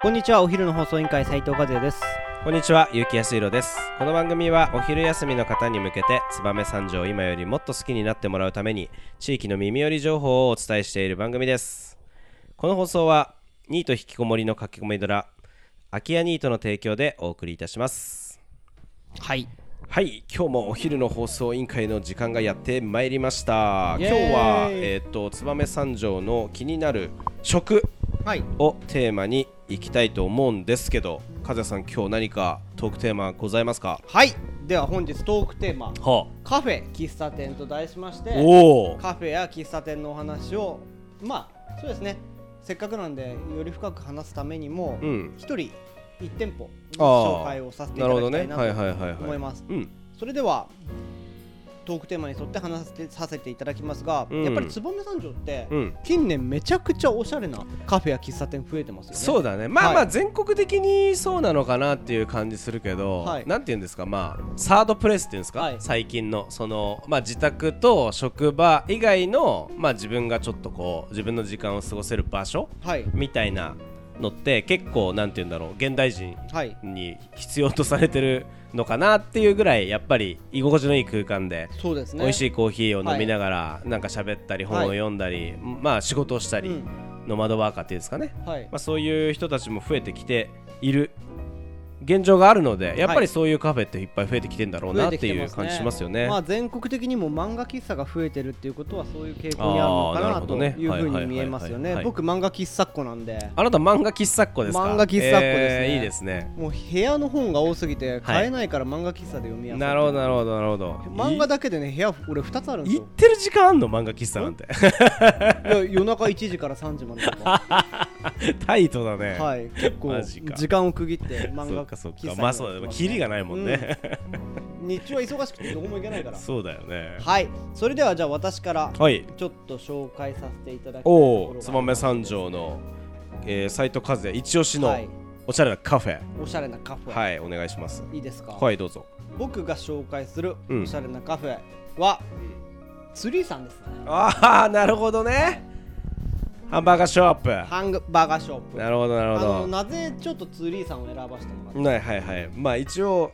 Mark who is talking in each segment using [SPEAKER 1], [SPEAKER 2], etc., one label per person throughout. [SPEAKER 1] こんにちはお昼の放送委員会斉藤和也です
[SPEAKER 2] こんにちは、ゆうきやすいろです。この番組はお昼休みの方に向けて、燕三条を今よりもっと好きになってもらうために、地域の耳寄り情報をお伝えしている番組です。この放送は、ニート引きこもりの書き込みドラ、空き家ニートの提供でお送りいたします。
[SPEAKER 1] はい
[SPEAKER 2] はい、今日もお昼の放送委員会の時間がやってまいりました。
[SPEAKER 1] イ
[SPEAKER 2] 今
[SPEAKER 1] エ
[SPEAKER 2] 日
[SPEAKER 1] ーイ
[SPEAKER 2] は、えっ、と、燕三条の気になる食
[SPEAKER 1] はい
[SPEAKER 2] をテーマにいきたいと思うんですけど、和也さん、今日何かトークテーマございますか
[SPEAKER 1] はいでは本日トークテーマ
[SPEAKER 2] は
[SPEAKER 1] カフェ喫茶店と題しまして
[SPEAKER 2] おお
[SPEAKER 1] カフェや喫茶店のお話をまあそうですねせっかくなんでより深く話すためにも
[SPEAKER 2] うん
[SPEAKER 1] 一、人一店舗
[SPEAKER 2] あー
[SPEAKER 1] 紹介をさせてい
[SPEAKER 2] な
[SPEAKER 1] た
[SPEAKER 2] る
[SPEAKER 1] だ
[SPEAKER 2] ほ
[SPEAKER 1] きた
[SPEAKER 2] どね
[SPEAKER 1] いな
[SPEAKER 2] はいはい
[SPEAKER 1] と
[SPEAKER 2] はいはい
[SPEAKER 1] 思います
[SPEAKER 2] うん
[SPEAKER 1] それではトークテーマに沿って話させてさせていただきますが、
[SPEAKER 2] うん
[SPEAKER 1] やっぱり燕三条って、
[SPEAKER 2] うん
[SPEAKER 1] 近年めちゃくちゃおしゃれなカフェや喫茶店増えてますよね
[SPEAKER 2] そうだねまあま
[SPEAKER 1] は
[SPEAKER 2] あ
[SPEAKER 1] い
[SPEAKER 2] 全国的にそうなのかなっていう感じするけど、
[SPEAKER 1] はい
[SPEAKER 2] なんて言うんですかまあサードプレスっていうんですか、
[SPEAKER 1] はい
[SPEAKER 2] 最近のそのまあ自宅と職場以外のまあ自分がちょっとこう自分の時間を過ごせる場所
[SPEAKER 1] はい
[SPEAKER 2] みたいなのって結構なんて言うんだろう現代人
[SPEAKER 1] はい
[SPEAKER 2] に必要とされてるのかなっていうぐらいやっぱり居心地のいい空間で
[SPEAKER 1] そうですね
[SPEAKER 2] 美味し
[SPEAKER 1] い
[SPEAKER 2] いコーヒーを飲みながら、なんか喋ったり本を読んだり、まあ仕事をしたり、
[SPEAKER 1] うん
[SPEAKER 2] ノマドワーカーっていうんですかね、
[SPEAKER 1] はい
[SPEAKER 2] まあ、そういう人たちも増えてきている現状があるのでやっぱ
[SPEAKER 1] はい
[SPEAKER 2] りそういうカフェっていっぱい増えてきてんだろうなっていう感じしますよね。
[SPEAKER 1] まあ、全国的にも漫画喫茶が増えてるっていうことはそういう傾向にあるのか
[SPEAKER 2] あーなる
[SPEAKER 1] な
[SPEAKER 2] ほ
[SPEAKER 1] と
[SPEAKER 2] どね
[SPEAKER 1] いうふうに見えますよ
[SPEAKER 2] はいはいはい
[SPEAKER 1] ね
[SPEAKER 2] はい
[SPEAKER 1] 僕漫画喫茶っ子なんで
[SPEAKER 2] あなた漫画喫茶っ子ですか
[SPEAKER 1] 漫画喫茶っ子ですね
[SPEAKER 2] えーいいですね。
[SPEAKER 1] もう部屋の本が多すぎて買えないから漫画喫茶で読みやすい
[SPEAKER 2] なるほどなるほどなるほど。
[SPEAKER 1] 漫画だけでね部屋俺2つあるんです
[SPEAKER 2] 行っ
[SPEAKER 1] よ
[SPEAKER 2] てる時間あんの漫画喫茶なんて
[SPEAKER 1] いや夜中1時から3時までとか
[SPEAKER 2] タイトだね。
[SPEAKER 1] はい結構
[SPEAKER 2] マジか
[SPEAKER 1] 時間を区切って漫
[SPEAKER 2] そ
[SPEAKER 1] 画
[SPEAKER 2] っかそ
[SPEAKER 1] 喫
[SPEAKER 2] っ
[SPEAKER 1] 茶
[SPEAKER 2] かまあそうだねキリが
[SPEAKER 1] な
[SPEAKER 2] ないもんね、
[SPEAKER 1] 日中は忙しくてどこも行けないから
[SPEAKER 2] そうだよね
[SPEAKER 1] はいそれではじゃあ私から
[SPEAKER 2] はい
[SPEAKER 1] ちょっと紹介させていただきたいと
[SPEAKER 2] お
[SPEAKER 1] ころが
[SPEAKER 2] お燕三条の、えー、斉藤和也一押し
[SPEAKER 1] は
[SPEAKER 2] の
[SPEAKER 1] い
[SPEAKER 2] おしゃれなカフェはい、
[SPEAKER 1] おしゃれなカフェ、
[SPEAKER 2] お願いします
[SPEAKER 1] い、いですか、
[SPEAKER 2] はいどうぞ
[SPEAKER 1] 僕が紹介する
[SPEAKER 2] うん
[SPEAKER 1] おしゃれなカフェは、ツリーさんですね
[SPEAKER 2] ああなるほどねハンバーガーショップ
[SPEAKER 1] ハンバーガーショップ
[SPEAKER 2] なるほどなる
[SPEAKER 1] あ
[SPEAKER 2] ほ
[SPEAKER 1] の
[SPEAKER 2] ど
[SPEAKER 1] なぜちょっとツリーさんを選ばせてもらった
[SPEAKER 2] はいはいはいまあ一応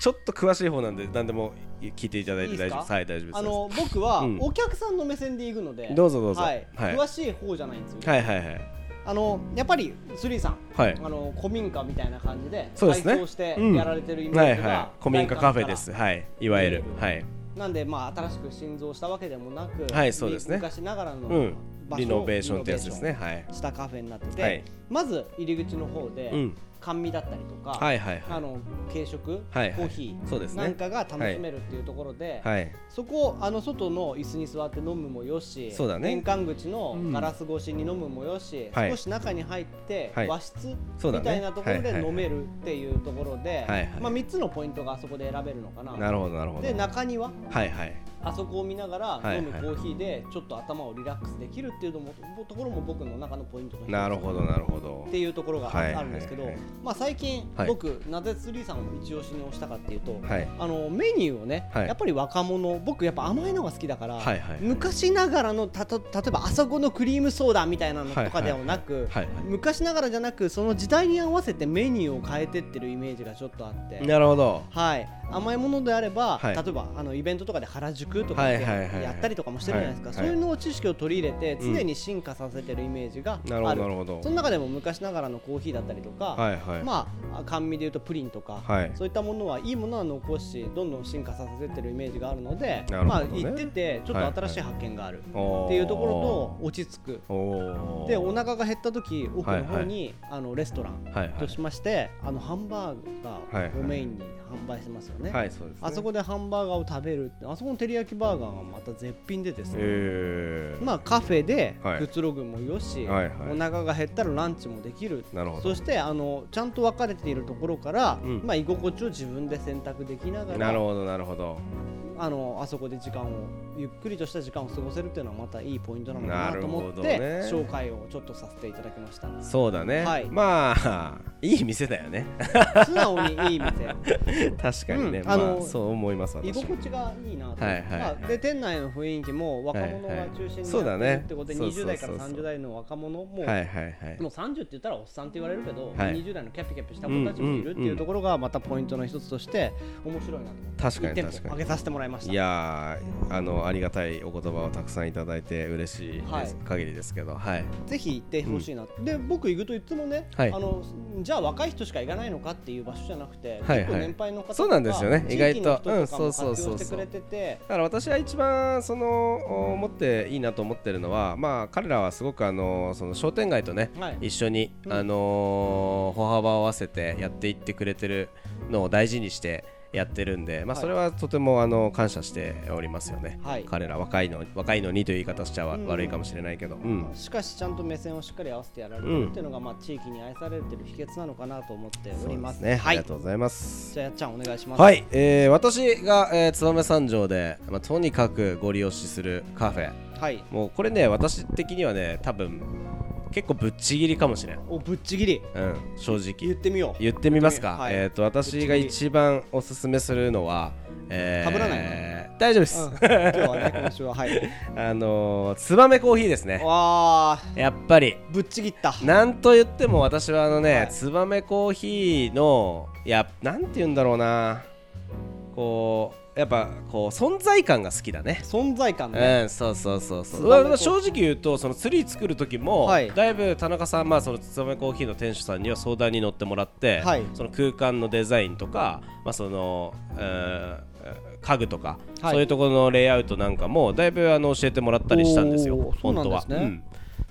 [SPEAKER 2] ちょっと詳しい方なんで何でも聞いていただいて
[SPEAKER 1] いいで
[SPEAKER 2] 大
[SPEAKER 1] すか
[SPEAKER 2] 丈夫ですはい大丈夫です
[SPEAKER 1] あの僕は
[SPEAKER 2] うん
[SPEAKER 1] お客さんの目線で行くので、
[SPEAKER 2] どうぞどうぞ
[SPEAKER 1] はい
[SPEAKER 2] はい
[SPEAKER 1] 詳しい方じゃないんですよ、
[SPEAKER 2] はいはいはい
[SPEAKER 1] あのやっぱりスリーさん、
[SPEAKER 2] はい
[SPEAKER 1] あの古民家みたいな感じで
[SPEAKER 2] そうですね
[SPEAKER 1] 改装して
[SPEAKER 2] うん
[SPEAKER 1] やられてるイメ
[SPEAKER 2] は
[SPEAKER 1] ー
[SPEAKER 2] い
[SPEAKER 1] ジ
[SPEAKER 2] は
[SPEAKER 1] が
[SPEAKER 2] い古民家カフェです
[SPEAKER 1] 大
[SPEAKER 2] はいいわゆるはい
[SPEAKER 1] 観からなんでまあ新しく新造したわけでもなく、
[SPEAKER 2] はいそうですね
[SPEAKER 1] 昔ながらの
[SPEAKER 2] うん
[SPEAKER 1] 場所を
[SPEAKER 2] リノベーションってやつですねはい
[SPEAKER 1] したカフェになってて、
[SPEAKER 2] はい
[SPEAKER 1] まず入り口の方で、
[SPEAKER 2] うん
[SPEAKER 1] 甘味だったりとか、
[SPEAKER 2] はいはいはい
[SPEAKER 1] あの軽食、
[SPEAKER 2] はいはい
[SPEAKER 1] コーヒ
[SPEAKER 2] そうです
[SPEAKER 1] ー
[SPEAKER 2] ね
[SPEAKER 1] なんかが楽しめるっていうところで、
[SPEAKER 2] はい
[SPEAKER 1] そこをあの外の椅子に座って飲むもよし、
[SPEAKER 2] そうだね
[SPEAKER 1] 玄関口の
[SPEAKER 2] うん
[SPEAKER 1] ガラス越しに飲むもよし、
[SPEAKER 2] はい
[SPEAKER 1] 少し中に入って
[SPEAKER 2] はい
[SPEAKER 1] 和室
[SPEAKER 2] そうだ
[SPEAKER 1] み
[SPEAKER 2] ね
[SPEAKER 1] たいなところ
[SPEAKER 2] はいは
[SPEAKER 1] で
[SPEAKER 2] いはい
[SPEAKER 1] 飲めるっていうところで、
[SPEAKER 2] はいはい
[SPEAKER 1] まあ3つのポイントがあそこで選べるのかな。
[SPEAKER 2] なるほどなるほど
[SPEAKER 1] で中庭
[SPEAKER 2] はいはい
[SPEAKER 1] あそこを見ながら飲む
[SPEAKER 2] は
[SPEAKER 1] コ
[SPEAKER 2] いはい
[SPEAKER 1] ーヒーでちょっと頭をリラックスできるっていうのもところも僕の中のポイントの一つ
[SPEAKER 2] なるほどなるほど
[SPEAKER 1] っていうところが
[SPEAKER 2] はい
[SPEAKER 1] あるんですけど、
[SPEAKER 2] はいはい
[SPEAKER 1] まあ、最近、
[SPEAKER 2] はい
[SPEAKER 1] 僕なぜスリーさんを一押しに押したかっていうと、
[SPEAKER 2] はい
[SPEAKER 1] あのメニューをね、
[SPEAKER 2] はい
[SPEAKER 1] やっぱり若者僕やっぱ甘いのが好きだから、
[SPEAKER 2] はいはい
[SPEAKER 1] 昔ながらのたと例えば朝ごのクリームソーダみたいなのとかではなく、
[SPEAKER 2] はいはい
[SPEAKER 1] 昔ながらじゃなくその時代に合わせてメニューを変えてってるイメージがちょっとあって。
[SPEAKER 2] なるほど
[SPEAKER 1] はい、甘いものであれば、
[SPEAKER 2] はい
[SPEAKER 1] 例えばあのイベントとかで原宿とか
[SPEAKER 2] はい
[SPEAKER 1] で
[SPEAKER 2] はいはいはい
[SPEAKER 1] やったりとかもしてるじゃないですか、
[SPEAKER 2] はいはい
[SPEAKER 1] そういうのを知識を取り入れて
[SPEAKER 2] うん
[SPEAKER 1] 常に進化させてるイメージがある,、
[SPEAKER 2] なるほどなるほど
[SPEAKER 1] その中でも昔ながらのコーヒーだったりとか、
[SPEAKER 2] はいはい
[SPEAKER 1] まあ甘味でいうとプリンとか、
[SPEAKER 2] はい
[SPEAKER 1] そういったものはいいものは残しどんどん進化させてるイメージがあるので
[SPEAKER 2] なる
[SPEAKER 1] ま
[SPEAKER 2] ほ
[SPEAKER 1] あ
[SPEAKER 2] どね
[SPEAKER 1] 行っててちょっと新しい発見があるっていうところと落ち着く
[SPEAKER 2] とおー
[SPEAKER 1] でお腹が減った時奥の方に、あのレストラン
[SPEAKER 2] はいは
[SPEAKER 1] としまして、あのハンバー
[SPEAKER 2] は
[SPEAKER 1] ガ
[SPEAKER 2] いはい
[SPEAKER 1] ーをメインに販売してますよね、
[SPEAKER 2] いはいそうですね
[SPEAKER 1] あそこでハンバーガーを食べるってあそこの照り焼きバーガーがまた絶品でですね、
[SPEAKER 2] えー
[SPEAKER 1] まあカフェで
[SPEAKER 2] はい
[SPEAKER 1] くつろぐもよし、
[SPEAKER 2] はいはい
[SPEAKER 1] お腹が減ったらランチもできる
[SPEAKER 2] なるほ
[SPEAKER 1] そ
[SPEAKER 2] ど
[SPEAKER 1] してあのちゃんと分かれているところから、
[SPEAKER 2] うん
[SPEAKER 1] まあ、居心地を自分で選択できなが
[SPEAKER 2] なる
[SPEAKER 1] ら
[SPEAKER 2] ほどなるほど
[SPEAKER 1] あのあそこで時間をゆっくりとした時間を過ごせるっていうのはまたいいポイントなのかな
[SPEAKER 2] なる
[SPEAKER 1] と
[SPEAKER 2] ほど
[SPEAKER 1] 思って、
[SPEAKER 2] ね
[SPEAKER 1] 紹介をちょっとさせていただきました。
[SPEAKER 2] そうだね
[SPEAKER 1] はい
[SPEAKER 2] まあいい店だよね
[SPEAKER 1] 素直にいい店
[SPEAKER 2] 確かにね、
[SPEAKER 1] うん
[SPEAKER 2] まあ
[SPEAKER 1] あの
[SPEAKER 2] そう思います
[SPEAKER 1] 居
[SPEAKER 2] 私
[SPEAKER 1] 心地がいいなと、
[SPEAKER 2] はいはいはい
[SPEAKER 1] まあ、で店内の雰囲気も若者が中心に
[SPEAKER 2] そうだ
[SPEAKER 1] やっ
[SPEAKER 2] ね
[SPEAKER 1] てるってことで、
[SPEAKER 2] そうそう
[SPEAKER 1] 20代から
[SPEAKER 2] そうそう
[SPEAKER 1] 30代の若者も、
[SPEAKER 2] はいはいはい
[SPEAKER 1] もう30って言ったらおっさんって言われるけど、
[SPEAKER 2] はい
[SPEAKER 1] 20代のキャピキャピした子たちもいるっていうところがまたポイントの一つとして面白いなと思って
[SPEAKER 2] 確かに
[SPEAKER 1] 一
[SPEAKER 2] 確
[SPEAKER 1] 店舗
[SPEAKER 2] か
[SPEAKER 1] 上げ
[SPEAKER 2] に
[SPEAKER 1] させてもらいました
[SPEAKER 2] いやーあのありがたいお言葉をたくさんいただいて嬉しいです、
[SPEAKER 1] はい
[SPEAKER 2] 限りですけどはい
[SPEAKER 1] ぜひ行ってほしいな、で僕行くといつもね、
[SPEAKER 2] はい
[SPEAKER 1] あのじゃあ若い人しか行かないのかっていう場所じゃなくて、
[SPEAKER 2] はいはい
[SPEAKER 1] 結構年配の方とか
[SPEAKER 2] そうなんですよね
[SPEAKER 1] 地域の
[SPEAKER 2] 意外とうん
[SPEAKER 1] 人とかも活
[SPEAKER 2] そ
[SPEAKER 1] 用
[SPEAKER 2] うそうそうそう
[SPEAKER 1] してくれてて
[SPEAKER 2] だから私は一番そのお思っていいなと思ってるのは、まあ、彼らはすごくあのその商店街とね、
[SPEAKER 1] はい
[SPEAKER 2] 一緒に、
[SPEAKER 1] うん
[SPEAKER 2] あのー歩幅を合わせてやっていってくれてるのを大事にしてやってるんで、まあ、
[SPEAKER 1] はい
[SPEAKER 2] それはとてもあの感謝しておりますよね、
[SPEAKER 1] はい
[SPEAKER 2] 彼ら若いの若いのにという言い方しちゃわ
[SPEAKER 1] うん
[SPEAKER 2] 悪いかもしれないけど、うん
[SPEAKER 1] しかしちゃんと目線をしっかり合わせてやられるっていうのが、まあ、地域に愛されてる秘訣なのかなと思っております
[SPEAKER 2] そうですね、
[SPEAKER 1] は
[SPEAKER 2] あり
[SPEAKER 1] い
[SPEAKER 2] がとうございます。
[SPEAKER 1] じゃあやっちゃんお願いします
[SPEAKER 2] はい、えー私が、えー、燕三条で、まあ、とにかくご利用しするカフェ
[SPEAKER 1] はい
[SPEAKER 2] もうこれね私的にはね多分結構ぶっちぎりかもしれん、
[SPEAKER 1] おぶっちぎり
[SPEAKER 2] うん、正
[SPEAKER 1] 言っ
[SPEAKER 2] 直
[SPEAKER 1] てみよう
[SPEAKER 2] 言ってみますか、
[SPEAKER 1] はい
[SPEAKER 2] えー、と私が一番おすすめするのは、えー、
[SPEAKER 1] 被らない
[SPEAKER 2] 大丈夫です、
[SPEAKER 1] うん今日はね今週ははい
[SPEAKER 2] あのー、ツバメコーヒーですね
[SPEAKER 1] わあ
[SPEAKER 2] やっぱり
[SPEAKER 1] ぶっちぎった
[SPEAKER 2] なんと言っても私はあの
[SPEAKER 1] は
[SPEAKER 2] ね、
[SPEAKER 1] い
[SPEAKER 2] ツバメコーヒーのいやなんて言うんだろうなこうやっぱこう存在感が好きだね
[SPEAKER 1] 存在感ね、
[SPEAKER 2] うん、そうそうそうそう
[SPEAKER 1] ツバメコーヒー
[SPEAKER 2] まあ正直言うとそのツリー作る時も、
[SPEAKER 1] はい
[SPEAKER 2] だいぶ田中さんまあそのツバメコーヒーの店主さんには相談に乗ってもらって、
[SPEAKER 1] はい
[SPEAKER 2] その空間のデザインとか、まあ、その、うん家具とか、
[SPEAKER 1] はい
[SPEAKER 2] そういうところのレイアウトなんかもだいぶあの教えてもらったりしたんですよ
[SPEAKER 1] おー
[SPEAKER 2] 本当は。
[SPEAKER 1] そうなんですね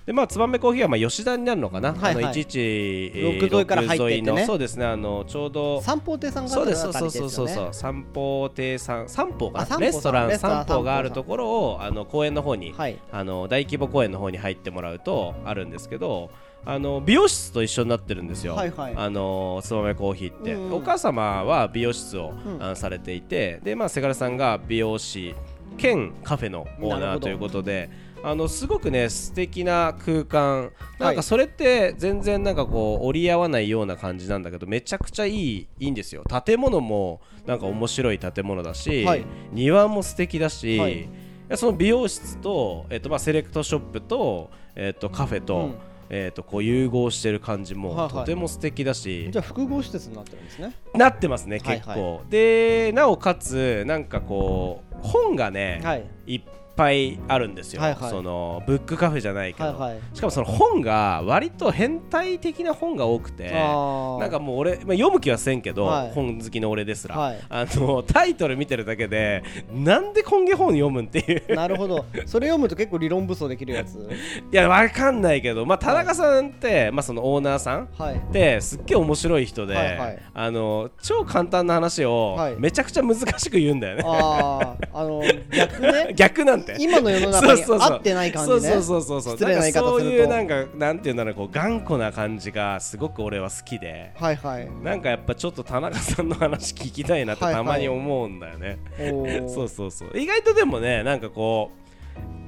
[SPEAKER 2] でまあ、ツバメコーヒーはまあ吉田になるのかな、
[SPEAKER 1] はいはい
[SPEAKER 2] あのいちいちえー
[SPEAKER 1] 六沿いから入ってってね
[SPEAKER 2] 六沿いのそうですねあのちょうど
[SPEAKER 1] 三宝亭さんが
[SPEAKER 2] そう
[SPEAKER 1] あ
[SPEAKER 2] で
[SPEAKER 1] る
[SPEAKER 2] すそう
[SPEAKER 1] あた
[SPEAKER 2] そ
[SPEAKER 1] り
[SPEAKER 2] う
[SPEAKER 1] です
[SPEAKER 2] そ
[SPEAKER 1] よ
[SPEAKER 2] う
[SPEAKER 1] ね
[SPEAKER 2] そうそう三宝亭さん三宝
[SPEAKER 1] あ
[SPEAKER 2] か
[SPEAKER 1] 三
[SPEAKER 2] な
[SPEAKER 1] 宝
[SPEAKER 2] レストラン
[SPEAKER 1] レストラン
[SPEAKER 2] 三宝がある
[SPEAKER 1] 三宝さ
[SPEAKER 2] と
[SPEAKER 1] ん
[SPEAKER 2] ころをあの公園の方に、
[SPEAKER 1] はい
[SPEAKER 2] あの大規模公園の方に入ってもらうとあるんですけどあの美容室と一緒になってるんですよ、
[SPEAKER 1] はいはい
[SPEAKER 2] あのつばめコーヒーって、
[SPEAKER 1] うんうん
[SPEAKER 2] お母様は美容室を、
[SPEAKER 1] うん
[SPEAKER 2] あのされていてでまあせがれさんが美容師兼カフェのオー
[SPEAKER 1] なる
[SPEAKER 2] ナ
[SPEAKER 1] ほ
[SPEAKER 2] ー
[SPEAKER 1] ど
[SPEAKER 2] ということであのすごくね素敵な空間
[SPEAKER 1] は
[SPEAKER 2] なん
[SPEAKER 1] い
[SPEAKER 2] かそれって全然なんかこう折り合わないような感じなんだけどめちゃくちゃいいいいんですよ建物もなんか面白い建物だし、
[SPEAKER 1] はい
[SPEAKER 2] 庭も素敵だし、
[SPEAKER 1] はい
[SPEAKER 2] いやその美容室と、えっとまあ、セレクトショップと,、えっとカフェと,、
[SPEAKER 1] うん
[SPEAKER 2] えっとこう融合してる感じ
[SPEAKER 1] はいは
[SPEAKER 2] も
[SPEAKER 1] い
[SPEAKER 2] とても素敵だし、
[SPEAKER 1] じゃあ複合施設になってるんですね
[SPEAKER 2] なってますね
[SPEAKER 1] はい
[SPEAKER 2] 結構、でなおかつなんかこう本がね、
[SPEAKER 1] はい
[SPEAKER 2] い、っぱいあるんですよ、
[SPEAKER 1] はいはい
[SPEAKER 2] そのブックカフェじゃないけど、
[SPEAKER 1] はいはい
[SPEAKER 2] しかもその本が割と変態的な本が多くて
[SPEAKER 1] あー
[SPEAKER 2] なんかもう俺、まあ、読む気はせんけど、
[SPEAKER 1] はい
[SPEAKER 2] 本好きの俺ですら、
[SPEAKER 1] はい
[SPEAKER 2] あのタイトル見てるだけでなんで今月本読むんっていう
[SPEAKER 1] なるほどそれ読むと結構理論武装できるやつ
[SPEAKER 2] いやわかんないけど、まあ、田中さんって、まあ、そのオーナーさん
[SPEAKER 1] はい
[SPEAKER 2] ってすっげえ面白い人で、
[SPEAKER 1] はいはい
[SPEAKER 2] あの超簡単な話を
[SPEAKER 1] はい
[SPEAKER 2] めちゃくちゃ難しく言うんだよね、
[SPEAKER 1] あああの逆ね
[SPEAKER 2] 逆なんて
[SPEAKER 1] 今の世の中に合ってない感じね
[SPEAKER 2] そうそうそうそう
[SPEAKER 1] 失礼な言い方すると
[SPEAKER 2] なんかそういうなんかなんていうんだろうこう頑固な感じがすごく俺は好きで
[SPEAKER 1] はいはい
[SPEAKER 2] なんかやっぱちょっと田中さんの話聞きたいなって
[SPEAKER 1] はい
[SPEAKER 2] た
[SPEAKER 1] はい
[SPEAKER 2] まに思うんだよね、
[SPEAKER 1] おー
[SPEAKER 2] そうそうそう意外とでもねなんかこ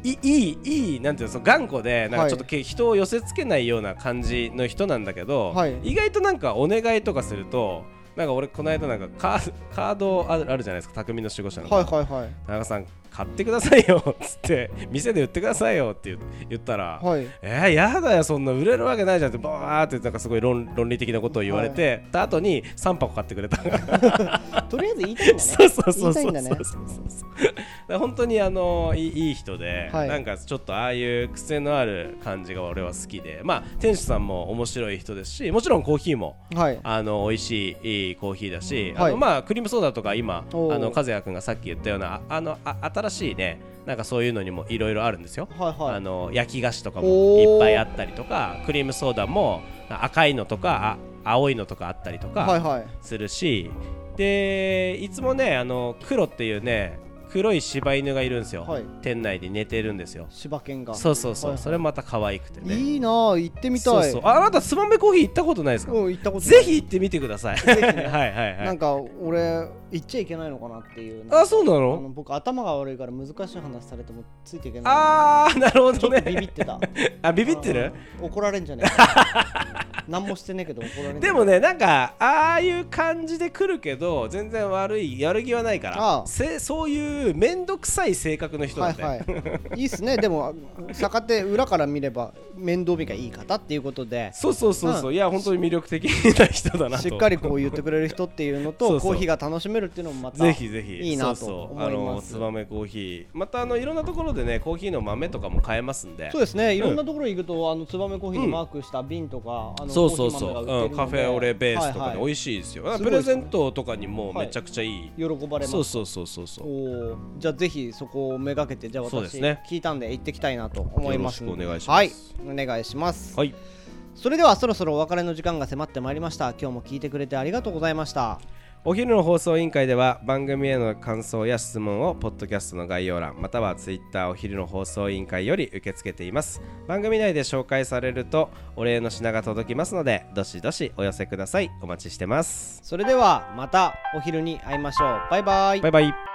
[SPEAKER 2] ういいいいいなんていうのその頑固でなん
[SPEAKER 1] は
[SPEAKER 2] か
[SPEAKER 1] い
[SPEAKER 2] ちょっとけ人を寄せつけないような感じの人なんだけど、
[SPEAKER 1] はい
[SPEAKER 2] 意外となんかお願いとかするとなんか俺この間なんかカーカードあるあるじゃないですか匠の守護者の、
[SPEAKER 1] はいはいはい
[SPEAKER 2] 田中さん買ってくださいよっつって店で売ってくださいよって言う言ったら、
[SPEAKER 1] はい
[SPEAKER 2] えー、やだよそんな売れるわけないじゃんってバーってなんかすごい論論理的なことを言われて、た後に3箱買ってくれた
[SPEAKER 1] とりあえず言いたいんだね
[SPEAKER 2] そうそうそうそ
[SPEAKER 1] 言い
[SPEAKER 2] うそう
[SPEAKER 1] たいんだね
[SPEAKER 2] そうそうだから本当にあのいいいい人で、
[SPEAKER 1] はい
[SPEAKER 2] なんかちょっとああいう癖のある感じが俺は好きでまあ店主さんも面白い人ですしもちろんコーヒーも
[SPEAKER 1] はい
[SPEAKER 2] あの美味しいいいコーヒーだし、
[SPEAKER 1] はい
[SPEAKER 2] あのまあクリームソーダとか今あ
[SPEAKER 1] おー
[SPEAKER 2] の和也君がさっき言ったようなああのあ新しいねなんかそういうのにもいろいろあるんですよ、
[SPEAKER 1] はいはい
[SPEAKER 2] あの焼き菓子とかも
[SPEAKER 1] おー
[SPEAKER 2] いっぱいあったりとかクリームソーダも赤いのとかあ青いのとかあったりと
[SPEAKER 1] はい
[SPEAKER 2] か
[SPEAKER 1] はい
[SPEAKER 2] するし、でいつもねあの黒っていうね黒い柴犬がいるんですよ、
[SPEAKER 1] はい
[SPEAKER 2] 店内で寝てるんですよ
[SPEAKER 1] 柴犬が
[SPEAKER 2] そうそうそう、
[SPEAKER 1] はいはい
[SPEAKER 2] それまた可愛くてね
[SPEAKER 1] いいなあ行ってみたい
[SPEAKER 2] そうそうああなたつばめコーヒー行ったことないですか、
[SPEAKER 1] うん行ったことない
[SPEAKER 2] ぜひ行ってみてください
[SPEAKER 1] ひね
[SPEAKER 2] はいはいは
[SPEAKER 1] ないんか俺行っちゃいけないのかなっていう
[SPEAKER 2] あそうな
[SPEAKER 1] あ
[SPEAKER 2] の
[SPEAKER 1] の僕頭が悪いから難しい話されてもついていけない
[SPEAKER 2] あーなるほ
[SPEAKER 1] ちょ
[SPEAKER 2] ど
[SPEAKER 1] っとビビっ
[SPEAKER 2] ね
[SPEAKER 1] てた
[SPEAKER 2] あ ビビってる
[SPEAKER 1] あー怒られんじゃねえか 何もしてねえけど怒られんじゃ
[SPEAKER 2] でもねなんかああいう感じで来るけど全然悪いやる気はないから
[SPEAKER 1] ああ
[SPEAKER 2] せそういう面倒くさい性格の人
[SPEAKER 1] は
[SPEAKER 2] だ
[SPEAKER 1] い
[SPEAKER 2] ね、
[SPEAKER 1] はいいいっすねでもあ逆手裏から見れば面倒見がいい方っていうことで
[SPEAKER 2] そうそうそうそう、
[SPEAKER 1] う
[SPEAKER 2] いや本当に魅力的な人だな
[SPEAKER 1] し
[SPEAKER 2] と
[SPEAKER 1] っかりこう言ってくれる人っていうのと
[SPEAKER 2] そうそう
[SPEAKER 1] コーヒーが楽しめるっていうのもまた
[SPEAKER 2] ぜひぜひ
[SPEAKER 1] いいなと
[SPEAKER 2] そう
[SPEAKER 1] 思
[SPEAKER 2] そうあ
[SPEAKER 1] い
[SPEAKER 2] の
[SPEAKER 1] ます
[SPEAKER 2] つばめコーヒーまたあのいろんなところでねコーヒーの豆とかも買えますんで
[SPEAKER 1] そうですねいろんなところ行くとあのツバメコーヒーのマークした瓶とかあの
[SPEAKER 2] そうそう
[SPEAKER 1] コーヒー
[SPEAKER 2] そ
[SPEAKER 1] 豆
[SPEAKER 2] う、
[SPEAKER 1] が売ってる
[SPEAKER 2] うん、
[SPEAKER 1] ので
[SPEAKER 2] カフェオレベースと
[SPEAKER 1] は
[SPEAKER 2] か
[SPEAKER 1] い
[SPEAKER 2] で
[SPEAKER 1] はい
[SPEAKER 2] 美味しいですよ、
[SPEAKER 1] すご
[SPEAKER 2] プ
[SPEAKER 1] いで
[SPEAKER 2] レ
[SPEAKER 1] すね
[SPEAKER 2] ゼントとかにもめちゃくちゃいい、
[SPEAKER 1] 喜ばれます
[SPEAKER 2] そうそうそうそうそう
[SPEAKER 1] おーじゃあぜひそこをめがけてじゃあ
[SPEAKER 2] そうで
[SPEAKER 1] 私、
[SPEAKER 2] すね
[SPEAKER 1] 聞いたんで行ってきたいなと思いますので
[SPEAKER 2] よろしくお願いします
[SPEAKER 1] はいお願いします、
[SPEAKER 2] はい
[SPEAKER 1] それではそろそろお別れの時間が迫ってまいりました今日も聞いてくれてありがとうございました
[SPEAKER 2] お昼の放送委員会では番組への感想や質問をポッドキャストの概要欄またはツイッターお昼の放送委員会より受け付けています番組内で紹介されるとお礼の品が届きますのでどしどしお寄せくださいお待ちしてます
[SPEAKER 1] それではまたお昼に会いましょうバイバイ
[SPEAKER 2] バイバイ